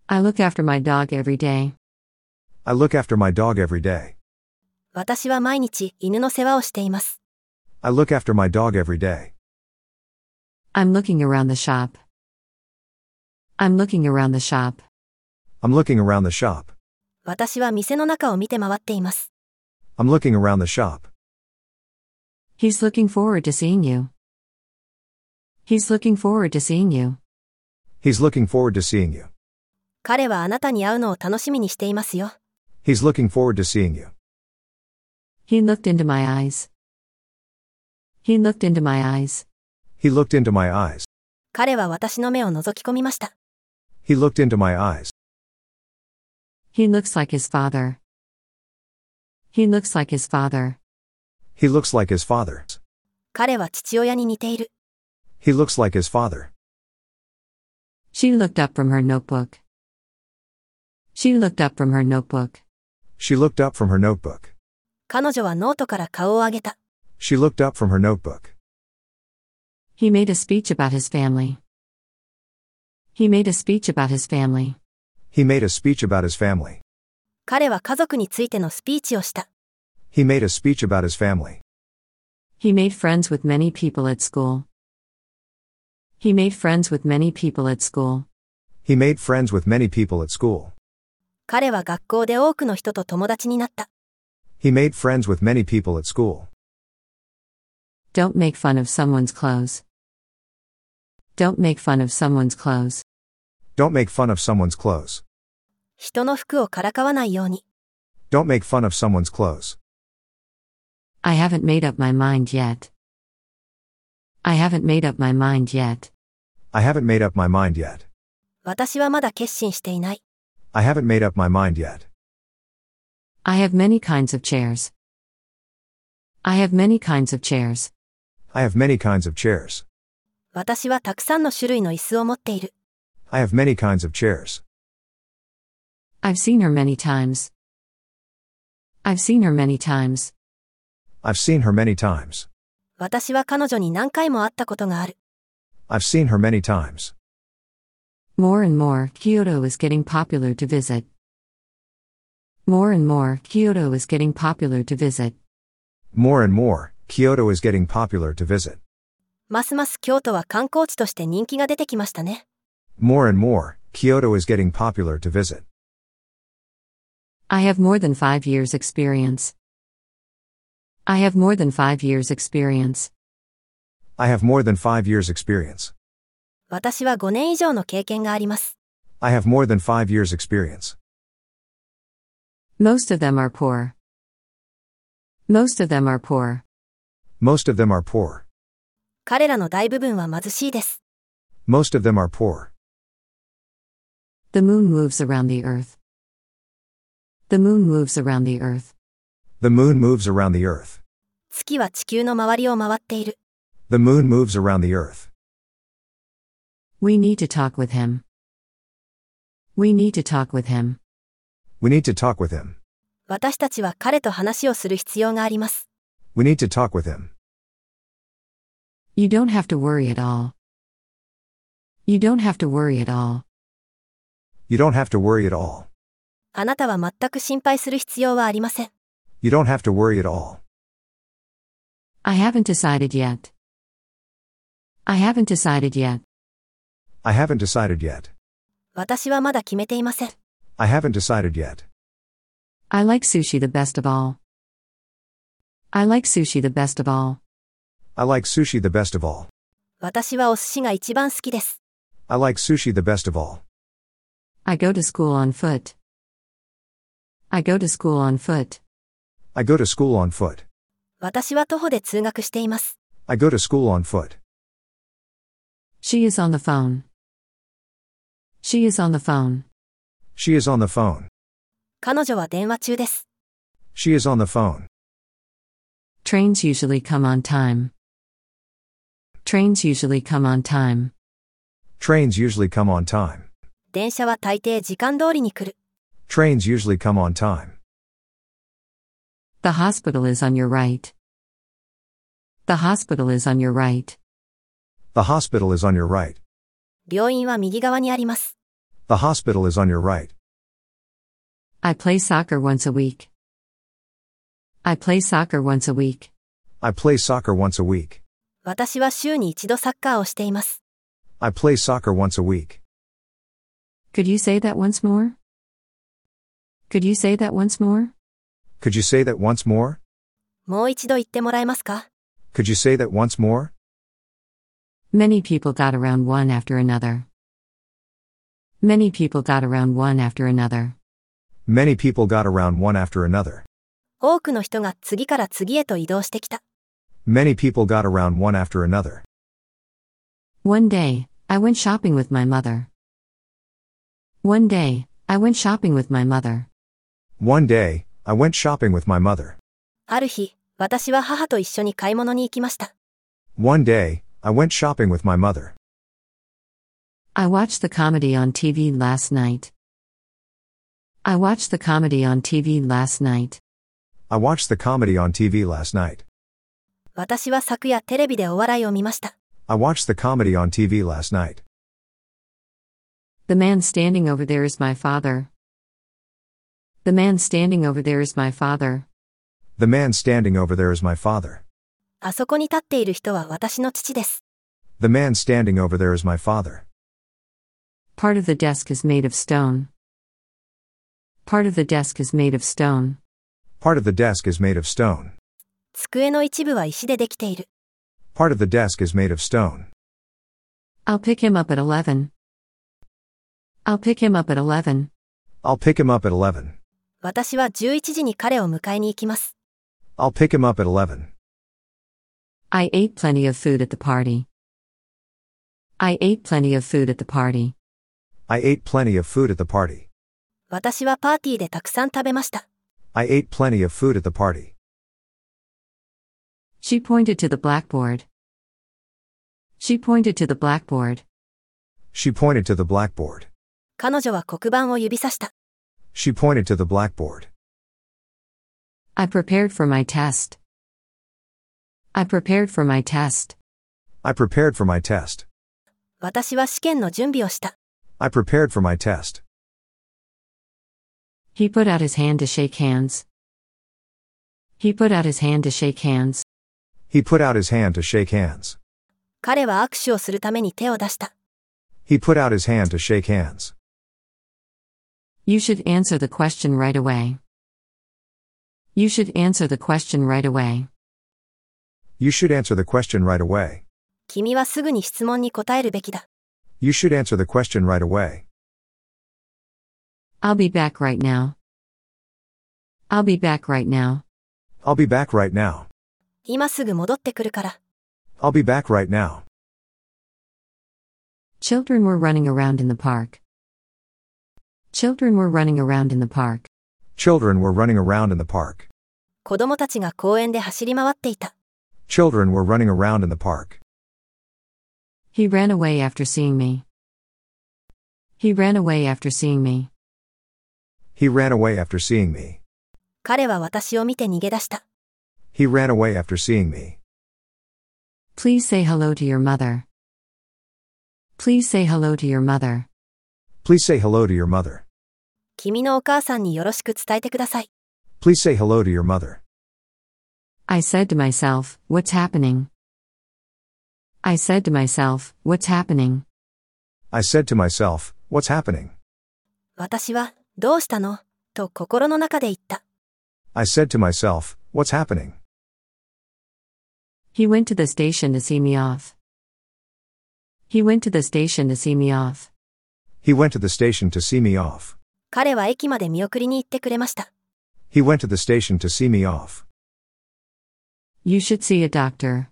S3: I look after my dog every day.
S4: I look after my dog every day.
S2: 私は毎日犬の世話をしています。
S4: I look after my dog every day.
S3: I'm looking around the shop. I'm looking around the shop.
S4: I'm looking around the shop.
S2: 私は店の中を見て回っています。
S4: I'm looking around the shop.
S3: He's looking forward to seeing you. He's looking forward to seeing you.
S4: He's looking forward to seeing you.
S2: 彼はあなたに会うのを楽しみにしていますよ。
S4: He's looking forward to seeing you.
S3: He looked into my eyes. He looked into my eyes.
S4: He looked into my eyes.
S2: 彼は私の目を覗き込みました。
S4: He looked into my eyes.
S3: He looks like his father. He looks like his father.
S4: He looks like his father.
S2: 彼は父親に似ている。
S4: He looks like his father.
S3: She looked up from her notebook. She looked up from her notebook.
S4: She looked up from her notebook.
S2: 彼女はノートから顔を上げた。
S4: She looked up from her notebook.
S3: He made a speech about his family. He made a speech about his family.
S4: He made a speech about his family.
S2: 彼は家族についてのスピーチをした。
S4: He made a speech about his family.
S3: He made friends with many people at school. He made friends with many people at school.
S4: He made friends with many people at school.
S2: 彼は学校で多くの人と友達になった。
S4: He made friends with many people at school.
S3: Don't make fun of someone's clothes. Don't make fun of someone's clothes.
S4: Don't make fun of someone's clothes.
S2: 人の服をからかわないように。
S4: Don't make fun of someone's clothes.
S3: I haven't made up my mind yet. I haven't made up my mind yet.
S4: I haven't made up my mind yet.
S2: 私はまだ決心していない。
S4: I haven't made up my mind yet.
S3: I have many kinds of chairs. I have many kinds of chairs.
S4: I have many kinds of chairs.
S2: 私はたくさんの種類の椅子を持っている。
S4: I have many kinds of chairs.
S3: I've seen her many times. I've seen her many times.
S4: I've seen her many times.
S2: 私は彼女に何回も会ったことがある。
S4: I've seen her many times.
S3: More and more, Kyoto is getting popular to visit. More and more, Kyoto is getting popular to visit.
S4: More and more, Kyoto is getting popular to visit.
S2: ますます京都は観光地として人気が出てきましたね。
S4: More and more, Kyoto is getting popular to visit.
S3: I have more than five years' experience. I have more than five years' experience.
S4: I have more than five years' experience.
S2: 私は5年以上の経験があります。
S4: I have more than five years' experience.
S3: Most of them are poor. Most of them are poor.
S4: Most of them are poor.
S2: 彼らの大部分は貧しいです。
S4: Most of them are poor.
S3: The moon moves around the earth. The moon moves around the earth.
S4: The moon moves around the earth.
S2: 月は地球の周りを回っている。
S4: The moon moves around the earth.
S3: We need to talk with him. We need to talk with him.
S4: We need to talk with him.
S2: 私たちは彼と話をする必要があります。
S4: We need to talk with him.
S3: You don't have to worry at all. You don't have to worry at all.
S4: You don't have to worry at all.
S2: あなたは全く心配する必要はありません。
S4: You don't have to worry at all.
S3: I haven't decided yet. I haven't decided yet.
S4: I haven't decided yet.
S2: 私はまだ決めていません。
S4: I haven't decided yet.
S3: I like sushi the best of all. I like sushi the best of all.
S4: I like sushi the best of all.
S2: 私はお寿司が一番好きです。
S4: I like sushi the best of all.
S3: I go to school on foot. I go to school on foot.
S4: I go to school on foot.
S2: 私は徒歩で通学しています。
S4: I go to school on foot.
S3: She is on the phone. She is on the phone.
S4: She is on the phone.
S2: 彼女は電話中です。
S4: She is on the phone.
S3: Trains usually come on time. Trains usually come on time.
S4: Trains usually come on time.
S2: 電車は大抵時間通りに来る。
S4: Trains usually come on time.
S3: The hospital is on your right. The hospital is on your right.
S4: The hospital is on your right.
S2: 病院は右側にあります。
S4: The hospital is on your right.
S3: I play soccer once a week. I play soccer once a week.
S4: I play soccer once a week.
S2: 私は週に一度サッカーをしています。
S4: I play soccer once a week.
S3: Could you say that once more? Could you say that once more?
S4: Could you say that once more?
S2: もう一度言ってもらえますか
S4: Could you say that once more?
S3: Many people got around one after another. Many people got around one after another.
S4: Many people got around one after another.
S2: 多くの人が次から次へと移動してきた。
S4: Many people got around one after another.
S3: One day, I went shopping with my mother. One day, I went shopping with my mother.
S4: One day, I went shopping with my mother.
S2: ある日、私は母と一緒に買い物に行きました。
S4: One day, I went shopping with my mother.
S3: I watched the comedy on TV last night. I watched the comedy on TV last night.
S4: I watched the comedy on TV last night.
S2: 私は昨夜テレビでお笑いを見ました。
S4: I watched the comedy on TV last night.
S3: The man standing over there is my father. The man standing over there is my father.
S4: The man standing over there is my father.
S2: あそこに立っている人は私の父です。
S4: The man standing over there is my father.
S3: Part of the desk is made of stone. Part of the desk is made of stone.
S4: Part of the desk is made of stone.
S2: 机の一部は石でできている。
S4: Part of the desk is made of stone.
S3: I'll pick him up at 11. I'll pick him up at 11.
S4: I'll pick him up at 11.
S2: 私は11時に彼を迎えに行きます。
S4: I'll pick him up at 11.
S3: I ate plenty of food at the party. I ate plenty of food at the party.
S4: I ate plenty of food at the party.
S2: 私はパーティーでたくさん食べました。
S4: I ate plenty of food at the party.
S3: She pointed to the blackboard. She pointed to the blackboard.
S4: She pointed to the blackboard.
S2: 彼女は黒板を指さした。
S4: She pointed to the blackboard.
S3: I prepared for my test. I prepared for my test.
S4: I prepared for my test.
S2: 私は試験の準備をした。
S4: I prepared for my test.
S3: He put out his hand to shake hands. He put out his hand to shake hands.
S4: He put out his hand to shake hands.
S2: 彼は握手をするために手を出した。
S4: He put out his hand to shake hands.
S3: You should answer the question right away. You should answer the question right away.
S4: You should answer the question right away.
S2: 君はすぐに質問に答えるべきだ。
S4: You should answer the question right away.
S3: I'll be back right now. I'll be back right now.
S4: I'll be back right now.
S2: 今すぐ戻ってくるから。
S4: I'll be back right now.
S3: Children were running around in the park. Children were running around in the park.
S4: Children were running around in the park.
S2: 子供たちが公園で走り回っていた。
S4: Children were running around in the park.
S3: He ran away after seeing me. He ran away after seeing me.
S4: He ran away after seeing me.
S2: 彼は私を見て逃げ出した。
S4: He ran away after seeing me.
S3: Please say hello to your mother. Please say hello to your mother.
S4: Please say hello to your mother.
S2: 君のお母さんによろしく伝えてください。
S4: Please say hello to your mother.
S3: I said to myself, what's happening? I said to myself, what's happening?
S4: I said to myself, what's happening?
S2: 私は、どうしたのと心の中で言った。
S4: I said to myself, what's happening?
S3: He went to the station to see me off. He went to the station to see me off.
S4: He went to the station to see me off.
S2: 彼は駅まで見送りに行ってくれました。
S4: He went to the station to see me off.
S3: You should see a doctor.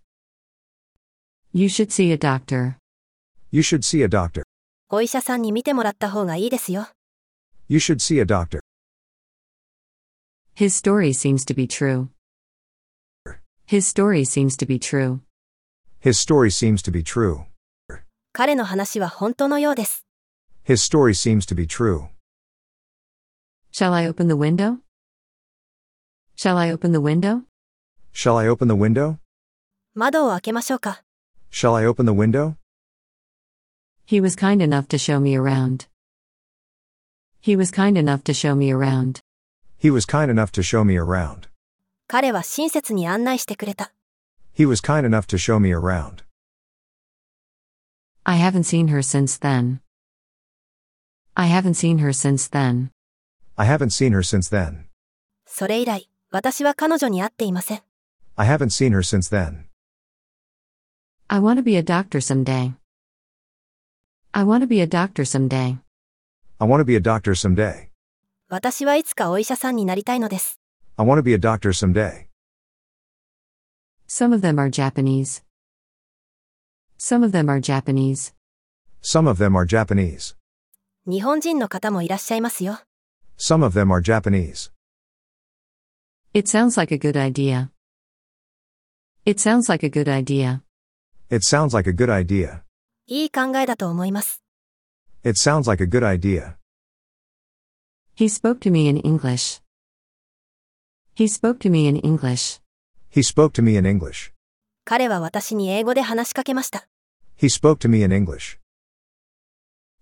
S3: You should see a doctor.
S4: You should see a doctor.
S2: お医者さんに見てもらった方がいいですよ。
S4: You should see a doctor.
S3: His story seems to be true. His story seems to be true.
S4: His story seems to be true.
S2: 彼の話は本当のようです。
S4: His story seems to be true.
S3: Shall I open the window? Shall I open the window?
S4: Shall I open the window?
S2: 窓を開けましょうか。
S4: Shall I open the window?
S3: He was kind enough to show me around. He was kind enough to show me around.
S4: He was kind enough to show me around.
S2: 彼は親切に案内してくれた。
S4: He was kind enough to show me around.
S3: I haven't seen her since then. I haven't seen her since then.
S4: I haven't seen her since then.
S2: それ以来、私は彼女に会っていません。
S4: I haven't seen her since then.
S3: I want to be a doctor someday. I want to be a doctor someday.
S4: I want to be a doctor someday.
S2: 私はいつかお医者さんになりたいのです。
S4: I want to be a doctor someday.
S3: Some of them are Japanese. Some of them are Japanese.
S4: Some of them are Japanese.
S2: 日本人の方もいらっしゃいますよ。
S4: Some of them are Japanese.
S3: It sounds like a good idea. It sounds like a good idea.
S4: It sounds like a good idea.
S2: いい考えだと思います。
S4: It sounds like a good idea.
S3: He spoke to me in English. He spoke to me in English.
S4: He spoke to me in English.
S2: 彼は私に英語で話しかけました。
S4: He spoke to me in English.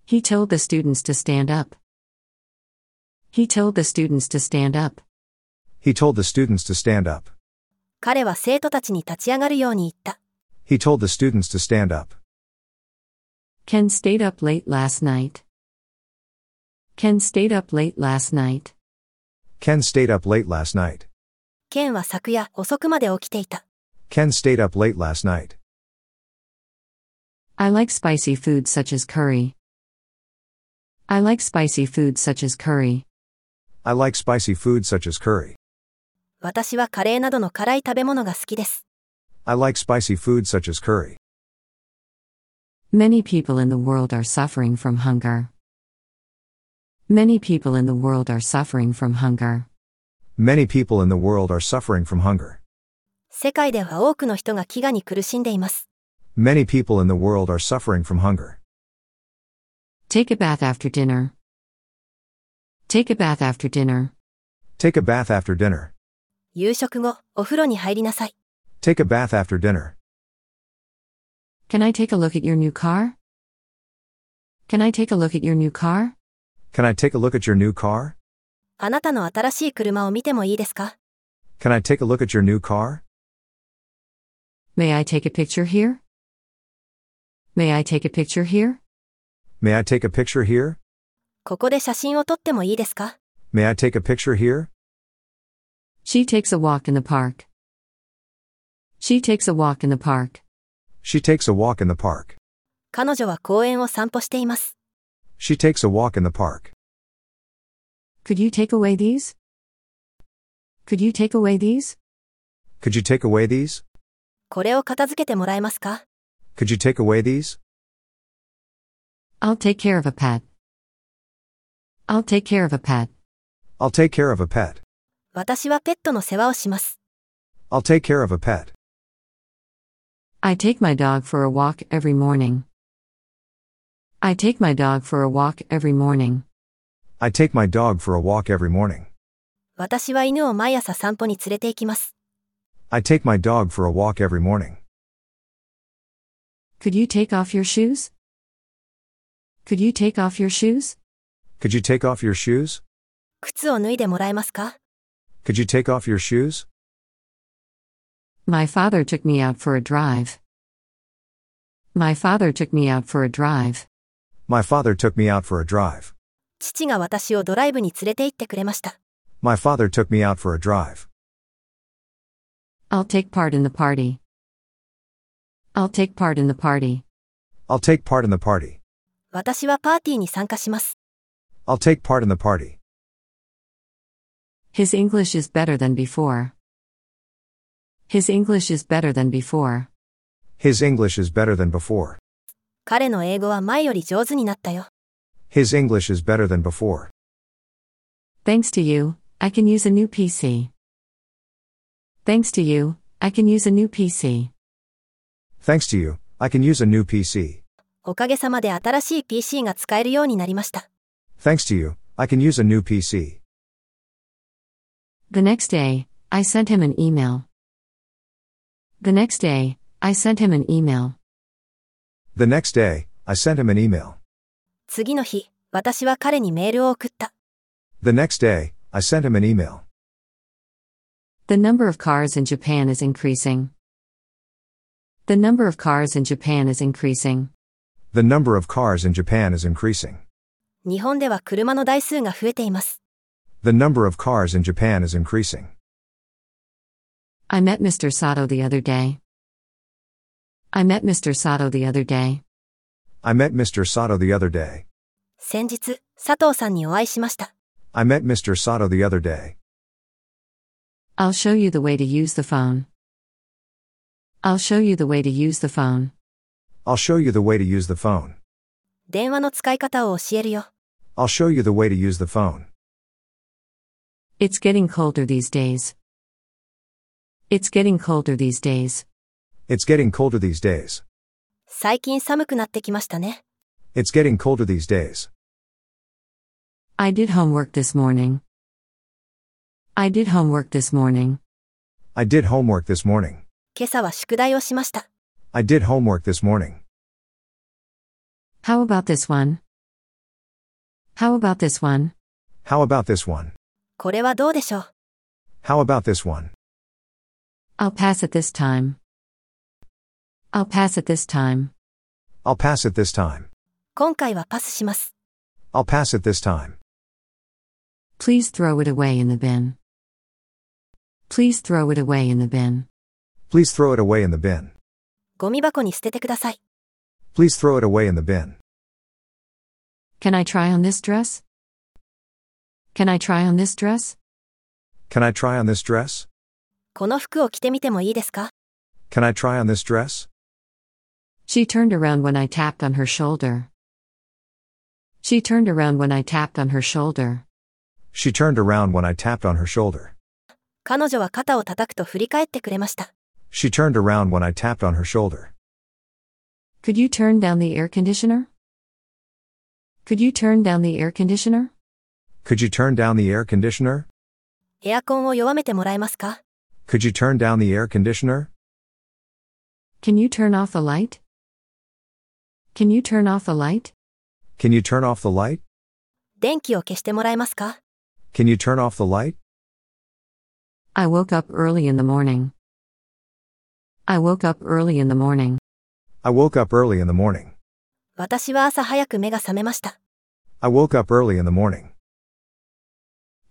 S3: He told the students to stand up. He told the students to stand up.
S4: He told the students to stand up.
S2: 彼は生徒たちに立ち上がるように言った。
S4: He told the students to stand up.
S3: Ken stayed up late last night. Ken stayed up late last night.
S4: Ken stayed up late last night.
S2: ケンは昨夜遅くまで起きていた。
S4: Ken stayed up late last night.
S3: I like spicy food such as curry. I like spicy food such as curry.
S4: I like spicy food such as curry.
S2: 私はカレーなどの辛い食べ物が好きです。
S4: I like spicy food such as curry.
S3: Many people in the world are suffering from hunger. Many people in the world are suffering from hunger.
S4: Many people in the world are suffering from hunger.
S2: 世界では多くの人が飢餓に苦しんでいます。
S4: Many people in the world are suffering from hunger.
S3: Take a bath after dinner. Take a bath after dinner.
S4: Take a bath after dinner.
S2: 夕食後、お風呂に入りなさい。
S4: Take a bath after dinner.
S3: Can I take a look at your new car? Can I take a look at your new car?
S4: Can I take a look at your new car?
S2: あなたの新しい車を見てもいいですか
S4: Can I take a look at your new car?
S3: May I take a picture here? May I take a picture here?
S4: May I take a picture here?
S2: ここで写真を撮ってもいいですか
S4: May I take a picture here?
S3: She takes a walk in the park. She takes a walk in the park.
S4: She takes a walk in the park.
S2: 彼女は公園を散歩しています。
S4: She takes a walk in the park.
S3: Could you take away these? Could you take away these?
S4: Could you take away these?
S2: これを片付けてもらえますか
S4: Could you take away these?
S3: I'll take care of a pet. I'll take care of a pet.
S4: I'll take care of a pet.
S2: 私はペットの世話をします。
S4: I'll take care of a pet.
S3: I take my dog for a walk every morning. I take my dog for a walk every morning.
S4: I take my dog for a walk every morning.
S2: 私は犬を毎朝散歩に連れて行きます。
S4: I take my dog for a walk every morning.
S3: Could you take off your shoes? Could you take off your shoes?
S4: Could you take off your shoes?
S2: 靴を脱いでもらえますか
S4: Could you take off your shoes?
S3: My father took me out for a drive. My father took me out for a drive.
S4: My father took me out for a drive.
S2: 父が私をドライブに連れて行ってくれました。
S4: My father took me out for a drive.
S3: I'll take part in the party. I'll take part in the party.
S4: I'll take part in the party.
S2: 私はパーティーに参加します。
S4: I'll take part in the party.
S3: His English is better than before. His English is better than before.
S4: His English is better than before.
S2: 彼の英語は前より上手になったよ。
S4: His English is better than before.
S3: Thanks to you, I can use a new PC. Thanks to you, I can use a new PC.
S4: Thanks to you, I can use a new PC.
S2: おかげさまで新しい PC が使えるようになりました。
S4: Thanks to you, I can use a new PC.
S3: The next day, I sent him an email. The next day, I sent him an email.
S4: The next day, I sent him an email.
S2: 次の日、私は彼にメールを送った。
S4: The next day, I sent him an email.
S3: The number of cars in Japan is increasing. The number of cars in Japan is increasing.
S4: The number of cars in Japan is increasing.
S2: 日本では車の台数が増えています。
S4: The number of cars in Japan is increasing.
S3: I met Mr. Sato the other day. I met Mr. Sato the other day.
S4: I met Mr. Sato the other day.
S2: 先日、佐藤さんにお会いしました。
S4: I met Mr. Sato the other day.
S3: I'll show you the way to use the phone. I'll show you the way to use the phone.
S4: I'll show you the way to use the phone.
S2: 電話の使い方を教えるよ。
S4: I'll show you the way to use the phone.
S3: It's getting colder these days. It's getting colder these days.
S4: It's getting colder these days.
S2: 最近寒くなってきましたね。
S4: It's getting colder these days.
S3: I did homework this morning. I did homework this morning.
S4: I did homework this morning.
S2: 今朝は宿題をしました。
S4: I did homework this morning.
S3: How about this one? How about this one?
S4: How about this one?
S2: これはどうでしょう
S4: How about this one?
S3: I'll pass it this time. I'll pass it this time.
S4: I'll pass it this time.
S2: 今回はパスします。
S4: I'll pass it this time.
S3: Please throw it away in the bin. Please throw it away in the bin.
S4: Please throw it away in the bin.
S2: ゴミ箱に捨ててください。
S4: Please throw it away in the bin.
S3: Can I try on this dress? Can I try on this dress?
S4: Can I try on this dress?
S2: この服を着てみてもいいですか
S4: Can I try on this dress?
S3: She turned around when I tapped on her shoulder. She turned around when I tapped on her shoulder.
S4: She turned around when I tapped on her shoulder.
S2: 彼女は肩を叩くと振り返ってくれました。
S4: She turned around when I tapped on her shoulder.
S3: Could you turn down the air conditioner? Could you turn down the air conditioner?
S4: Could you turn down the air conditioner?
S2: エアコンを弱めてもらえますか
S4: Could you turn down the air conditioner?
S3: Can you turn off the light? Can you turn off the light?
S4: Can you turn off the light?
S2: 電気を消してもらえますか
S4: Can you turn off the light?
S3: I woke up early in the morning. I woke up early in the morning.
S4: I woke up early in the morning.
S2: 私は朝早く目が覚めました。
S4: I woke up early in the morning.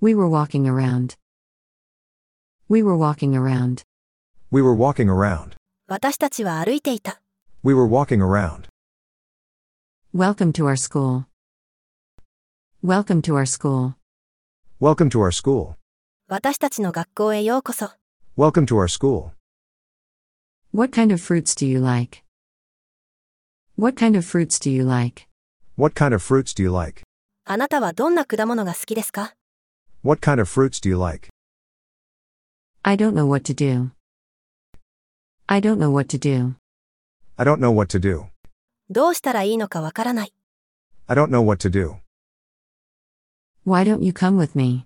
S3: We were walking around. We were walking around.
S4: We were walking around.
S2: 私たちは歩いていた。
S4: We were walking around.
S3: Welcome to our school. Welcome to our school.
S4: Welcome to our school.
S2: 私たちの学校へようこそ。
S4: Welcome to our school.
S3: What kind of fruits do you like? What kind of fruits do you like?
S4: What kind of fruits do you like?
S2: あなたはどんな果物が好きですか
S4: What kind of fruits do you like?
S3: I don't know what to do. I don't know what to do.
S4: I don't know what to do.
S2: どうしたらいいのかわからない。
S4: I don't know what to do.
S3: Why don't you come with me?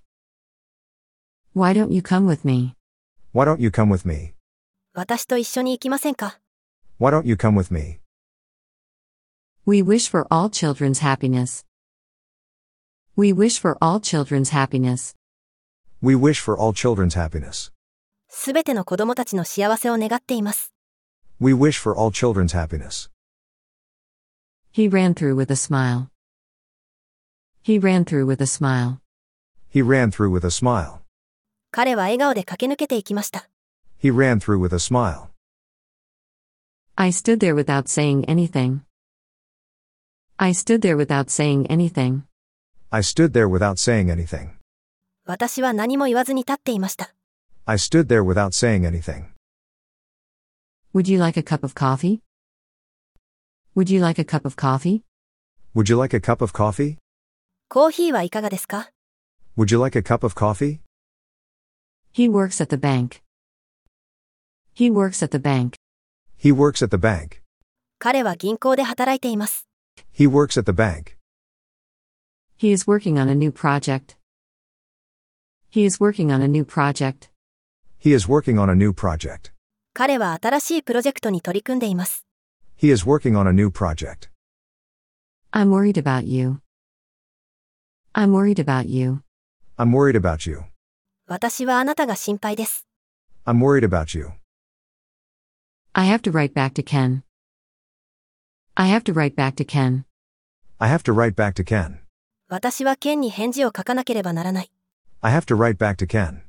S3: Why don't you come with me?
S4: Why don't you come with me?
S2: 私と一緒に行きませんか
S4: Why don't you come with me?
S3: We wish for all children's happiness. We wish for all children's happiness.
S4: We wish for all children's happiness.
S2: すべての子供たちの幸せを願っています。
S4: We wish for all children's happiness.
S3: He ran through with a smile. He ran through with a smile.
S4: He ran through with a smile.
S2: 彼は笑顔で駆け抜けていきました。
S4: He ran through with a smile.
S3: I stood there without saying anything. I stood there without saying anything.
S4: I stood there without saying anything.
S2: 私は何も言わずに立っていました。
S4: I stood there without saying anything.
S3: Would you like a cup of coffee? Would you like a cup of coffee?
S4: Would you like a cup of coffee?
S2: コーヒーはいかがですか
S4: Would you like a cup of coffee?
S3: He works at the bank. He works at the bank.
S4: He works at the bank.
S2: 彼は銀行で働いています。
S4: He works at the bank.
S3: He is working on a new project. He is working on a new project.
S4: He is working on a new project.
S2: 彼は新しいプロジェクトに取り組んでいます。
S4: He is working on a new project.
S3: I'm worried about you. I'm worried about you.
S4: I'm worried about you.
S2: 私はあなたが心配です。
S4: I'm worried about you.
S3: I have to write back to Ken. I have to write back to Ken.
S4: I have to write back to Ken.
S2: 私はケンに返事を書かなければならない。
S4: I have to write back to Ken.